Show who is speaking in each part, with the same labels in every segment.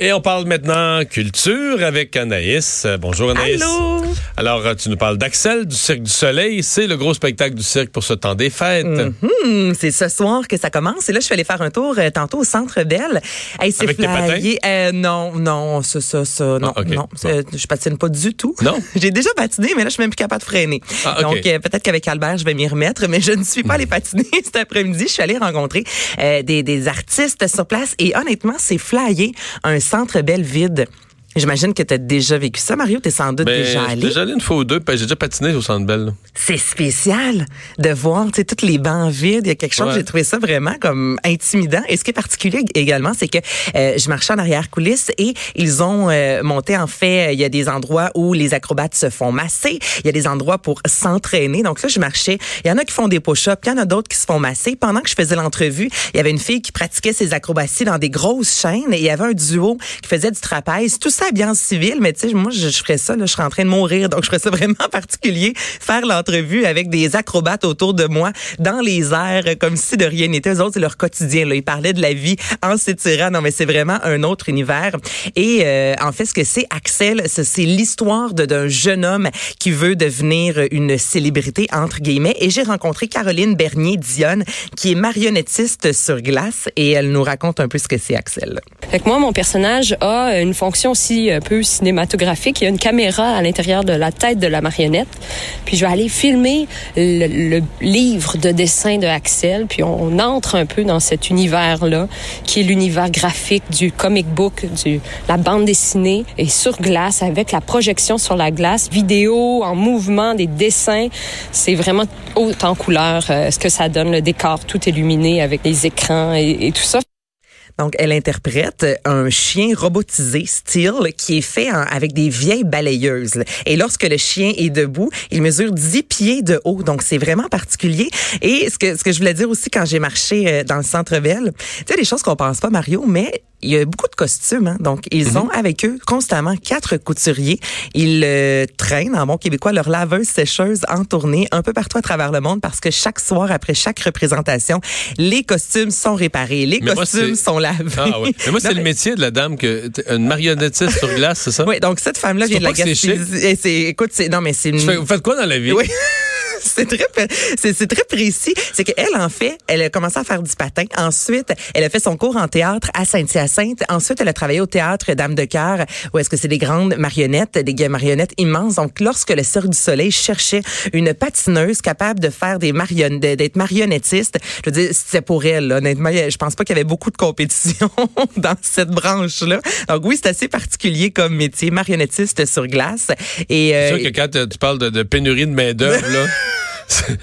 Speaker 1: Et on parle maintenant culture avec Anaïs. Euh, Bonjour Anaïs.
Speaker 2: Allô?
Speaker 1: Alors, euh, tu nous parles d'Axel, du Cirque du Soleil. C'est le gros spectacle du cirque pour ce temps des fêtes.
Speaker 2: Hum, c'est ce soir que ça commence. Et là, je suis allée faire un tour euh, tantôt au Centre Belle. Hey, c'est
Speaker 1: Avec tes patins?
Speaker 2: flyé. Euh, non, non, ça, ça, ça. Non,
Speaker 1: Ah, ok.
Speaker 2: non. c'est- Je patine pas du tout.
Speaker 1: Non?
Speaker 2: J'ai déjà patiné, mais là, je suis même plus capable de freiner.
Speaker 1: Ah, ok. Hmm.
Speaker 2: Donc, euh, peut-être qu'avec Albert, je vais m'y remettre, mais je ne suis pas allée patiner cet après-midi. Je suis allée rencontrer euh, des, des artistes sur place. Et honnêtement, c'est flyé un Centre Belle vide. J'imagine que tu as déjà vécu ça, Mario. Tu es sans doute
Speaker 1: Ben,
Speaker 2: déjà
Speaker 1: je suis
Speaker 2: allé.
Speaker 1: déjà allé une fois ou deux, puis j'ai déjà patiné au Centre Bell. là.
Speaker 2: C'est spécial de voir, tu sais, toutes les bancs vides. Il y a quelque chose,
Speaker 1: Ouais.
Speaker 2: j'ai trouvé ça vraiment comme intimidant. Et ce qui est particulier également, c'est que euh, je marchais en arrière-coulisses et ils ont euh, monté, en fait, euh, il y a des endroits où les acrobates se font masser. Il y a des endroits pour s'entraîner. Donc là, je marchais. Il y en a qui font des push-ups. Il y en a d'autres qui se font masser. Pendant que je faisais l'entrevue, il y avait une fille qui pratiquait ses acrobaties dans des grosses chaînes et il y avait un duo qui faisait du trapèze. Tout ça habillé en civil, mais tu sais, moi, je, je ferais ça, là, je serais en train de mourir. Donc, je ferais ça vraiment particulier, faire l'entrevue avec des acrobates autour de moi dans les airs, euh, comme si de rien n'était. Eux autres, c'est leur quotidien. Là. Ils parlaient de la vie en s'étirant. Non, mais c'est vraiment un autre univers. Et euh, en fait, ce que c'est, Axel, c'est c'est l'histoire de- d'un jeune homme qui veut devenir une célébrité, entre guillemets. Et j'ai rencontré Caroline Bernier-Dionne, qui est marionnettiste sur glace, et elle nous raconte un peu ce que c'est, Axel.
Speaker 3: Fait que moi, mon personnage a euh, une fonction aussi un peu cinématographique. Il y a une caméra à l'intérieur de la tête de la marionnette. Puis je vais aller filmer le, le livre de dessin de Axel. Puis on, on entre un peu dans cet univers-là, qui est l'univers graphique du comic book, du la bande dessinée, et sur glace, avec la projection sur la glace, vidéo, en mouvement, des dessins. C'est vraiment haut en couleur euh, ce que ça donne, le décor tout illuminé avec les écrans et- et tout ça.
Speaker 2: Donc, elle interprète un chien robotisé, style, qui est fait en- avec des vieilles balayeuses. là. Et lorsque le chien est debout, il mesure 10 pieds de haut. Donc, c'est vraiment particulier. Et ce que, ce que je voulais dire aussi quand j'ai marché euh, dans le centre-ville, tu sais, des choses qu'on pense pas, Mario, mais il y a beaucoup de costumes. hein. Donc,
Speaker 1: Mhm.
Speaker 2: ils ont avec eux constamment quatre couturiers. Ils euh, traînent, en bon québécois, leur laveuse sécheuse en tournée un peu partout à travers le monde parce que chaque soir, après chaque représentation, les costumes sont réparés. Les
Speaker 1: Mais moi,
Speaker 2: costumes
Speaker 1: c'est-
Speaker 2: sont lavés.
Speaker 1: Ah ouais. Mais moi, c'est le métier de la dame que t'es une marionnettiste sur glace, c'est ça?
Speaker 2: Oui, donc cette femme-là
Speaker 1: Tu
Speaker 2: vient de la
Speaker 1: trouves pas que c'est
Speaker 2: Gaspésie. Et c'est- Écoute, c'est non mais c'est une-
Speaker 1: Tu fais- vous faites quoi dans la vie?
Speaker 2: Oui. C'est très, pré- c'est, c'est très précis. C'est qu'elle, en fait, elle a commencé à faire du patin. Ensuite, elle a fait son cours en théâtre à Sainte-Hyacinthe. Ensuite, elle a travaillé au théâtre Dame de Cœur, où est-ce que c'est des grandes marionnettes, des gu- marionnettes immenses. Donc, lorsque le Cirque du Soleil cherchait une patineuse capable de faire des marionnettes, d'être marionnettiste, je veux dire, c'était pour elle, là. honnêtement. il y a- Je pense pas qu'il y avait beaucoup de compétition dans cette branche-là. Donc, oui, c'est assez particulier comme métier, marionnettiste sur glace. Et,
Speaker 1: C'est
Speaker 2: euh,
Speaker 1: sûr que quand euh, tu parles de, de pénurie de main-d'œuvre, là. c'est-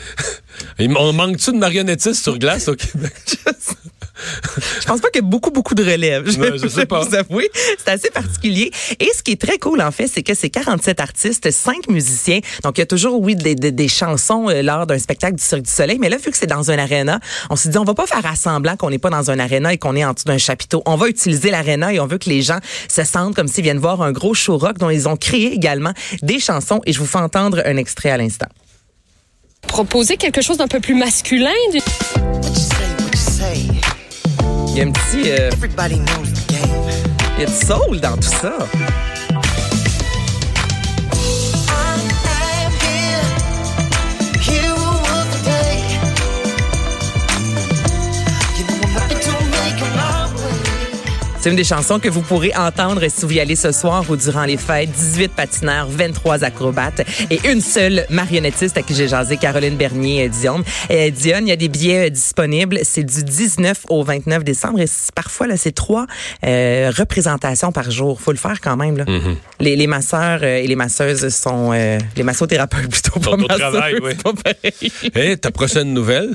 Speaker 1: Il- On manque-tu de marionnettistes sur glace au Québec?
Speaker 2: Je pense pas qu'il y ait beaucoup, beaucoup de relèves.
Speaker 1: Ouais, je sais pas.
Speaker 2: Vous avouer. C'est assez particulier. Et ce qui est très cool, en fait, c'est que c'est 47 artistes, 5 musiciens. Donc, il y a toujours, oui, des, des- des chansons euh, lors d'un spectacle du Cirque du Soleil. Mais là, vu que c'est dans un aréna, on s'est dit, on va pas faire à semblant qu'on n'est pas dans un aréna et qu'on est en dessous d'un chapiteau. On va utiliser l'aréna et on veut que les gens se sentent comme s'ils viennent voir un gros show rock dont ils ont créé également des chansons. Et je vous fais entendre un extrait à l'instant.
Speaker 3: proposer quelque chose d'un peu plus masculin. du-
Speaker 4: What you say, what you say.
Speaker 2: Il y a un petit, euh,
Speaker 4: Everybody knows the game.
Speaker 2: il y a du soul dans tout ça.
Speaker 4: I am here, hero of the day. You know I'm ready to make it my way.
Speaker 2: C'est une des chansons que vous pourrez entendre si vous y allez ce soir ou durant les fêtes. 18 patineurs, 23 acrobates et une seule marionnettiste à qui j'ai jasé, Caroline Bernier euh, Dion. Dion, il y a des billets euh, disponibles. C'est du 19 au 29 décembre et c- parfois, là, c'est trois euh, représentations par jour. faut le faire quand même. Là.
Speaker 1: Mm-hmm.
Speaker 2: les, les masseurs euh, et les masseuses sont... euh, les massothérapeutes plutôt, pas
Speaker 1: Sont au
Speaker 2: masseuses,
Speaker 1: travail, oui.
Speaker 2: c'est pas pareil.
Speaker 1: Hé, ta prochaine nouvelle?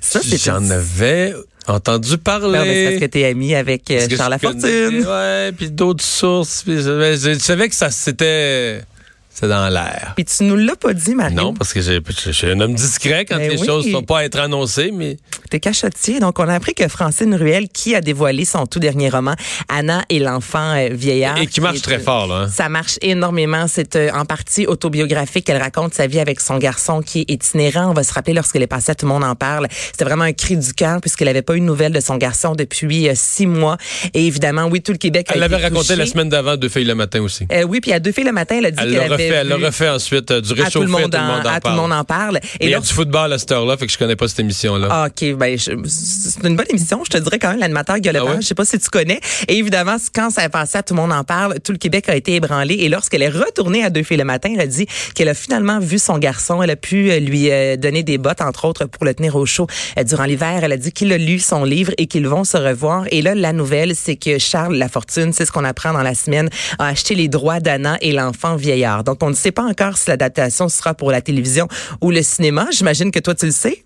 Speaker 2: Ça, c'est
Speaker 1: J'en
Speaker 2: une-
Speaker 1: avais entendu parler.
Speaker 2: Non, mais c'est parce que t'es ami avec euh,
Speaker 1: Parce que
Speaker 2: Charles
Speaker 1: je
Speaker 2: Lafortune.
Speaker 1: ben, connais- Ouais, puis d'autres sources. puis je, mais je- je savais que ça c'était C'est dans l'air.
Speaker 2: Puis tu nous l'as pas dit, Mario.
Speaker 1: Non, parce que j'ai- je suis un homme discret quand
Speaker 2: Mais
Speaker 1: les
Speaker 2: Ben oui.
Speaker 1: choses ne sont pas à être annoncées, mais
Speaker 2: T'es cachotier. Donc, on a appris que Francine Ruel, qui a dévoilé son tout dernier roman, Anna et l'enfant euh, vieillard.
Speaker 1: et qui marche
Speaker 2: est-
Speaker 1: très fort, là. hein.
Speaker 2: Ça marche énormément. C'est euh, en partie autobiographique. Elle raconte sa vie avec son garçon qui est itinérant. On va se rappeler lorsqu'elle est passée, tout le monde en parle. C'était vraiment un cri du cœur puisqu'elle n'avait pas eu de nouvelles de son garçon depuis euh, six mois. Et évidemment, oui, tout le Québec. a
Speaker 1: Elle
Speaker 2: été
Speaker 1: l'avait raconté
Speaker 2: touché.
Speaker 1: la semaine d'avant, deux filles le matin aussi.
Speaker 2: Euh, oui, puis à deux filles le matin, elle a dit
Speaker 1: Elle
Speaker 2: qu'elle
Speaker 1: l'a
Speaker 2: avait
Speaker 1: refait, elle l'a
Speaker 2: vu
Speaker 1: refait ensuite euh, du
Speaker 2: à tout
Speaker 1: réchauffé,
Speaker 2: le monde en, à
Speaker 1: en
Speaker 2: tout le monde
Speaker 1: parle.
Speaker 2: en parle.
Speaker 1: Et il y a
Speaker 2: lorsque-
Speaker 1: du football à cette heure-là, fait que je connais pas cette émission-là.
Speaker 2: Ah, OK, ben, je- c'est une bonne émission. Je te dirais quand même l'animateur Guy Lepage.
Speaker 1: Ah ouais?
Speaker 2: Je sais pas si tu connais. Et évidemment, c- quand ça a passé, tout le monde en parle. Tout le Québec a été ébranlé. Et lorsqu'elle est retournée à Deux filles le matin, elle a dit qu'elle a finalement vu son garçon. Elle a pu euh, lui euh, donner des bottes, entre autres, pour le tenir au chaud euh, durant l'hiver. Elle a dit qu'il a lu son livre et qu'ils vont se revoir. Et là, la nouvelle, c'est que Charles Lafortune, c'est ce qu'on apprend dans la semaine, a acheté les droits d'Anna et l'enfant vieillard. Donc, on ne sait pas encore si l'adaptation sera pour la télévision ou le cinéma. J'imagine que toi, tu le sais.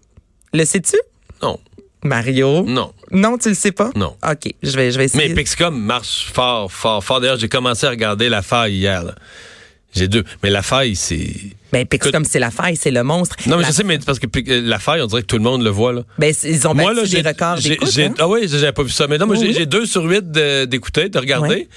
Speaker 2: Le sais-tu?
Speaker 1: Non,
Speaker 2: Mario.
Speaker 1: non.
Speaker 2: Non, tu le sais pas?
Speaker 1: Non.
Speaker 2: OK, je vais, je vais essayer.
Speaker 1: Mais Pixcom marche fort, fort, fort. D'ailleurs, j'ai commencé à regarder La Faille hier. là. J'ai deux. Mais La Faille, c'est...
Speaker 2: Ben, Pix, comme c'est la faille, c'est le monstre.
Speaker 1: Non, mais
Speaker 2: La-
Speaker 1: je sais, mais parce que Pic- euh, La Faille, on dirait que tout le monde le voit, là.
Speaker 2: Ben, c'est- ils ont battu des records
Speaker 1: j'ai-
Speaker 2: d'écoute.
Speaker 1: j'ai-
Speaker 2: hein?
Speaker 1: Ah oui, j'avais pas vu ça. Mais non, moi,
Speaker 2: Oui,
Speaker 1: j'ai-
Speaker 2: oui.
Speaker 1: j'ai deux sur huit de- d'écouter, de regarder.
Speaker 2: Ouais.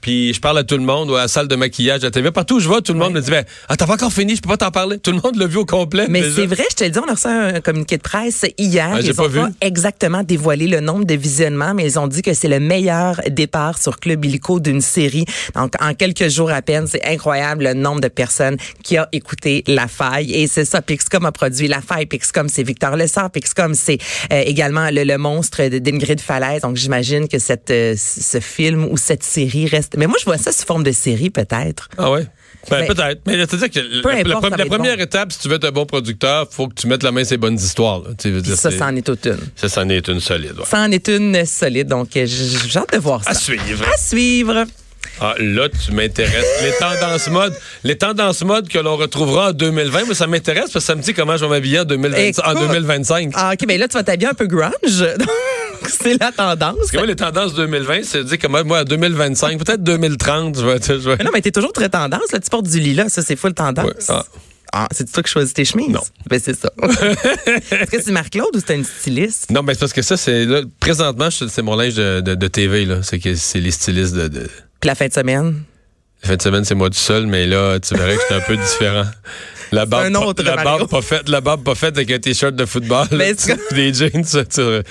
Speaker 1: Puis je parle à tout le monde, ou à la salle de maquillage, à la TV. Partout où je vais, tout le monde me dit, ben, ah, t'as pas encore fini, je peux pas t'en parler. Tout le monde l'a vu au complet.
Speaker 2: Mais
Speaker 1: déjà.
Speaker 2: c'est vrai, je te le dis, on a reçu un communiqué de presse hier.
Speaker 1: Ah, j'ai
Speaker 2: ils
Speaker 1: pas
Speaker 2: ont
Speaker 1: vu.
Speaker 2: pas exactement dévoilé le nombre de visionnements, mais ils ont dit que c'est le meilleur départ sur Club Illico d'une série. Donc, en quelques jours à peine, c'est incroyable le nombre de personnes qui ont écouté La Faille. Et c'est ça, Pixcom a produit La Faille. Pixcom, c'est Victor Lessard. Pixcom, c'est euh, également le, le monstre de- d'Ingrid Falaise. Donc, j'imagine que cette, euh, c- ce film ou cette série reste... Mais moi, je vois ça sous forme de série, peut-être.
Speaker 1: Ah ouais. Ben,
Speaker 2: Mais-
Speaker 1: peut-être. Mais c'est-à-dire que la, la-
Speaker 2: importe,
Speaker 1: la-
Speaker 2: ça va
Speaker 1: la
Speaker 2: être
Speaker 1: première
Speaker 2: bon.
Speaker 1: étape, si tu veux être un bon producteur, faut que tu mettes la main sur les bonnes histoires. là. Tu sais, veux
Speaker 2: Puis
Speaker 1: dire,
Speaker 2: ça,
Speaker 1: c'est-
Speaker 2: ça en est toute une.
Speaker 1: ça, c'en est une solide. ouais.
Speaker 2: Ça en est une solide. Donc, euh, j- j- j'ai hâte de voir ça.
Speaker 1: À suivre.
Speaker 2: À suivre.
Speaker 1: Ah, là, tu m'intéresses. les tendances mode, les tendances mode que l'on retrouvera en 2020, moi, ça m'intéresse parce que ça me dit comment je vais m'habiller en, 2025 en
Speaker 2: Écoute.
Speaker 1: 2025.
Speaker 2: Ah, OK, mais là, tu vas t'habiller un peu grunge. Donc, C'est la tendance.
Speaker 1: Parce que moi, les tendances 2020, c'est de dire comment moi, en 2025, peut-être 2030, je vais. je vais-
Speaker 2: Mais non, mais t'es toujours très tendance. Là, tu portes du lilas. Ça, c'est full tendance.
Speaker 1: Ouais, ah.
Speaker 2: Ah, c'est toi qui choisis tes chemises?
Speaker 1: Non.
Speaker 2: Ben, c'est ça. Est-ce que c'est Marc-Claude ou c'est une styliste?
Speaker 1: Non, mais c'est parce que ça, c'est. là, Présentement, je- c'est mon linge de, de- de TV, là. C'est que c'est les stylistes de- de
Speaker 2: Puis la fin de semaine?
Speaker 1: La fin de semaine, c'est moi tout seul, mais là, tu verrais que c'est un peu différent. La barbe,
Speaker 2: un
Speaker 1: pas-
Speaker 2: autre
Speaker 1: la
Speaker 2: Mario.
Speaker 1: barbe pas faite, la barbe pas faite avec un t-shirt de football,
Speaker 2: Mais
Speaker 1: là,
Speaker 2: c'est-
Speaker 1: tu- des jeans, ça, tu-
Speaker 2: Ben,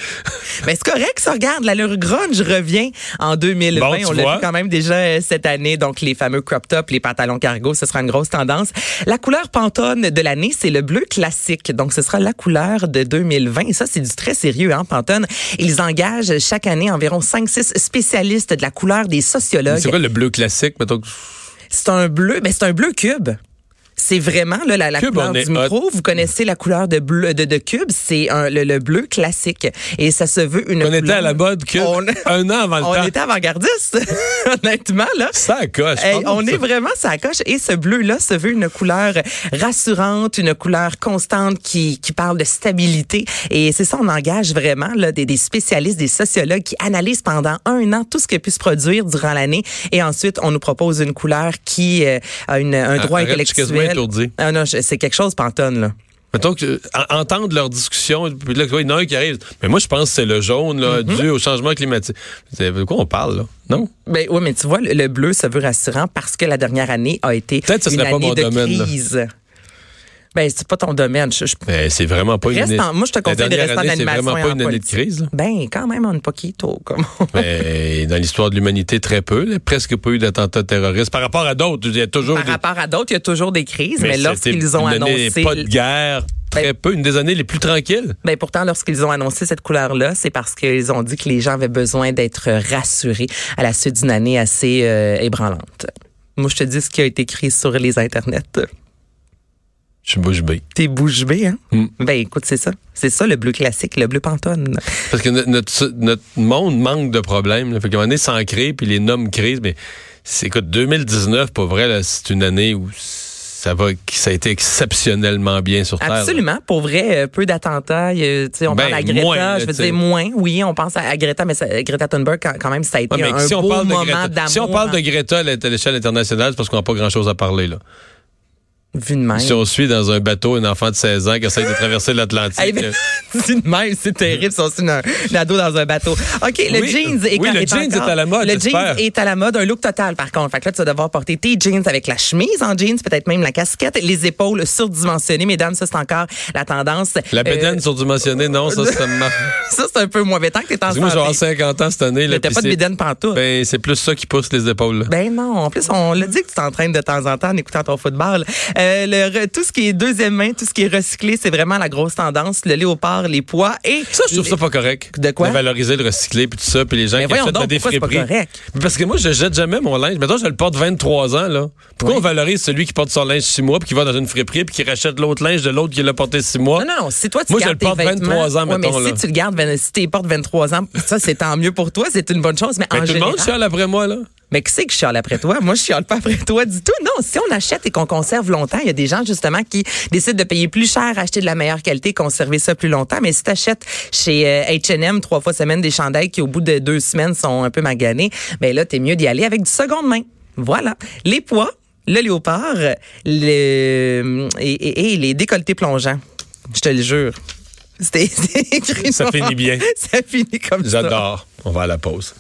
Speaker 2: c'est correct, ça. Regarde, l'allure grunge revient en 2020.
Speaker 1: Bon, tu
Speaker 2: On l'a
Speaker 1: vois.
Speaker 2: vu quand même déjà euh, cette année. Donc, les fameux crop tops, les pantalons cargo, ce sera une grosse tendance. La couleur pantone de l'année, c'est le bleu classique. Donc, ce sera la couleur de 2020. Et ça, c'est du très sérieux, hein, Pantone. Ils engagent chaque année environ 5-6 spécialistes de la couleur des sociologues.
Speaker 1: C'est quoi le bleu classique, mettons? que-
Speaker 2: C'est un bleu, mais c'est un bleu cube. C'est vraiment là, la, la
Speaker 1: Cube,
Speaker 2: couleur
Speaker 1: on est
Speaker 2: du micro. Vous connaissez la couleur de, bleu, de, de cube, c'est un- le, le bleu classique. Et ça se veut une
Speaker 1: On était
Speaker 2: couleur-
Speaker 1: à la mode que
Speaker 2: On-
Speaker 1: un an avant le
Speaker 2: on
Speaker 1: temps.
Speaker 2: était avant-gardiste, honnêtement, là.
Speaker 1: Ça coche.
Speaker 2: Hey,
Speaker 1: pardon,
Speaker 2: on
Speaker 1: ça.
Speaker 2: est vraiment ça coche et ce bleu là se veut une couleur rassurante, une couleur constante qui qui parle de stabilité et c'est ça on engage vraiment là des, des spécialistes, des sociologues qui analysent pendant un an tout ce qui a pu se produire durant l'année et ensuite on nous propose une couleur qui euh, a une, un droit
Speaker 1: arrête, je suis quasiment
Speaker 2: intellectuel.
Speaker 1: étourdi.
Speaker 2: Ah non, je- c'est quelque chose pantone là.
Speaker 1: Mettons que, euh, en- entendre leur discussion, puis là, tu vois, il y en a un qui arrive. Mais moi, je pense que c'est le jaune, là,
Speaker 2: Mm-hmm.
Speaker 1: dû au changement climatique. C'est- De quoi on parle, là? Non?
Speaker 2: Ben oui, mais tu vois le, le bleu se veut rassurant parce que la dernière année a été
Speaker 1: Peut-être que ce
Speaker 2: une
Speaker 1: serait pas
Speaker 2: année
Speaker 1: mon
Speaker 2: de
Speaker 1: domaine, là.
Speaker 2: crise. Ben c'est pas ton domaine. Je- je-
Speaker 1: Mais c'est vraiment pas une
Speaker 2: Reste en- moi, je te
Speaker 1: La
Speaker 2: conseille de
Speaker 1: dernière
Speaker 2: rester en
Speaker 1: année, C'est
Speaker 2: animation
Speaker 1: vraiment
Speaker 2: et
Speaker 1: pas
Speaker 2: en
Speaker 1: une année de
Speaker 2: politique.
Speaker 1: crise, là.
Speaker 2: Ben, quand même, un poquito, comme
Speaker 1: Ben,
Speaker 2: on-
Speaker 1: Mais dans l'histoire de l'humanité, très peu. Il n'y a presque pas eu d'attentats terroristes. Par rapport à d'autres, il y a toujours
Speaker 2: Par
Speaker 1: des...
Speaker 2: rapport à d'autres, il y a toujours des crises, mais,
Speaker 1: c'était
Speaker 2: lorsqu'ils ont
Speaker 1: une année
Speaker 2: annoncé.
Speaker 1: Pas de guerre, très peu. Une des années les plus tranquilles.
Speaker 2: Ben pourtant, lorsqu'ils ont annoncé cette couleur-là, c'est parce qu'ils ont dit que les gens avaient besoin d'être rassurés à la suite d'une année assez euh, ébranlante. Moi, je te dis ce qui a été écrit sur les internets.
Speaker 1: Je suis bouche bée.
Speaker 2: T'es bouche bée, hein?
Speaker 1: Mm.
Speaker 2: Ben écoute, c'est ça. C'est ça le bleu classique, le bleu pantone.
Speaker 1: Parce que no- notre, notre monde manque de problèmes. Là. Fait qu'à un moment donné, s'en crée, puis les noms crises. Mais c'est- écoute, 2019, pour vrai, là, c'est une année où ça va, ça a été exceptionnellement bien sur Terre. là.
Speaker 2: Absolument. Pour vrai, euh, peu d'attentats. Il y a, tu sais, On
Speaker 1: Ben,
Speaker 2: parle à Greta,
Speaker 1: moins, là,
Speaker 2: je veux
Speaker 1: tu sais.
Speaker 2: dire moins. Oui, on pense à, à Greta, mais ça- Greta Thunberg, quand, quand même, ça a été
Speaker 1: Ouais, mais
Speaker 2: un
Speaker 1: si,
Speaker 2: beau
Speaker 1: on parle de
Speaker 2: moment
Speaker 1: Greta,
Speaker 2: d'amour.
Speaker 1: si on parle de Greta à l'int- à l'échelle internationale, c'est parce qu'on n'a pas grand-chose à parler. Là.
Speaker 2: Vu de même.
Speaker 1: Si on suit dans un bateau un enfant de 16 ans qui essaie de traverser l'Atlantique. euh,
Speaker 2: Eh ben, dit de même, c'est terrible si on suit un, un ado dans un bateau. OK, le
Speaker 1: Oui,
Speaker 2: jeans est
Speaker 1: oui, le
Speaker 2: est
Speaker 1: jeans
Speaker 2: encore-
Speaker 1: est à la mode,
Speaker 2: Le
Speaker 1: j'espère.
Speaker 2: jeans est à la mode, un look total par contre. Fait que là, tu vas devoir porter tes jeans avec la chemise en jeans, peut-être même la casquette, les épaules surdimensionnées. Mesdames, ça, c'est encore la tendance.
Speaker 1: la
Speaker 2: Euh,
Speaker 1: bédaine surdimensionnée, non, ça, ça me marque.
Speaker 2: ça, c'est un peu mauvais temps que t'es en
Speaker 1: Parce que Moi, je vais avoir
Speaker 2: santé.
Speaker 1: 50 ans cette année. là,
Speaker 2: Mais t'as
Speaker 1: puis
Speaker 2: pas de
Speaker 1: c'est-
Speaker 2: bédaine pantoute.
Speaker 1: Ben, c'est plus ça qui pousse les épaules. là.
Speaker 2: Ben non. En plus, on l'a dit que tu t'entraînes de temps en temps en écoutant ton football. Euh, le re- tout ce qui est deuxième main, tout ce qui est recyclé, c'est vraiment la grosse tendance. Le léopard, les poids et...
Speaker 1: Ça, je trouve ça pas correct.
Speaker 2: De quoi?
Speaker 1: De valoriser le recyclé puis tout ça, puis les gens
Speaker 2: Mais
Speaker 1: qui
Speaker 2: voyons
Speaker 1: achètent
Speaker 2: donc,
Speaker 1: à des
Speaker 2: pourquoi c'est pas
Speaker 1: friperies.
Speaker 2: correct?
Speaker 1: Parce que moi, je jette jamais mon linge. Maintenant, je le porte 23 ans, là. Pourquoi on valorise celui qui porte son linge 6 mois, puis qui va dans une friperie, puis qui rachète l'autre linge de l'autre qui l'a porté 6 mois?
Speaker 2: Non, non, si toi tu
Speaker 1: Moi, je
Speaker 2: gardes
Speaker 1: le porte
Speaker 2: tes vêtements-
Speaker 1: 23 ans,
Speaker 2: Ouais,
Speaker 1: mettons,
Speaker 2: mais si
Speaker 1: là.
Speaker 2: tu le gardes, ben, si tu les portes 23 ans, ça c'est tant mieux pour toi, c'est une bonne chose, mais
Speaker 1: Ben,
Speaker 2: en
Speaker 1: tout le
Speaker 2: général.
Speaker 1: monde chiale après moi, là.
Speaker 2: Mais qui c'est que je chiale après toi? Moi, je chiale pas après toi du tout. Non, si on achète et qu'on conserve longtemps, il y a des gens, justement, qui décident de payer plus cher, acheter de la meilleure qualité, conserver ça plus longtemps. Mais si t'achètes chez euh, H&M trois fois semaine des chandails qui, au bout de deux semaines, sont un peu maganés, ben là, t'es mieux d'y aller avec du seconde main. Voilà. Les poids, le léopard, le, et, et- et les décolletés plongeants. Je te le jure. C'était c'est écrit
Speaker 1: Ça
Speaker 2: noir.
Speaker 1: finit bien.
Speaker 2: Ça finit comme ça.
Speaker 1: J'adore. On va à la pause.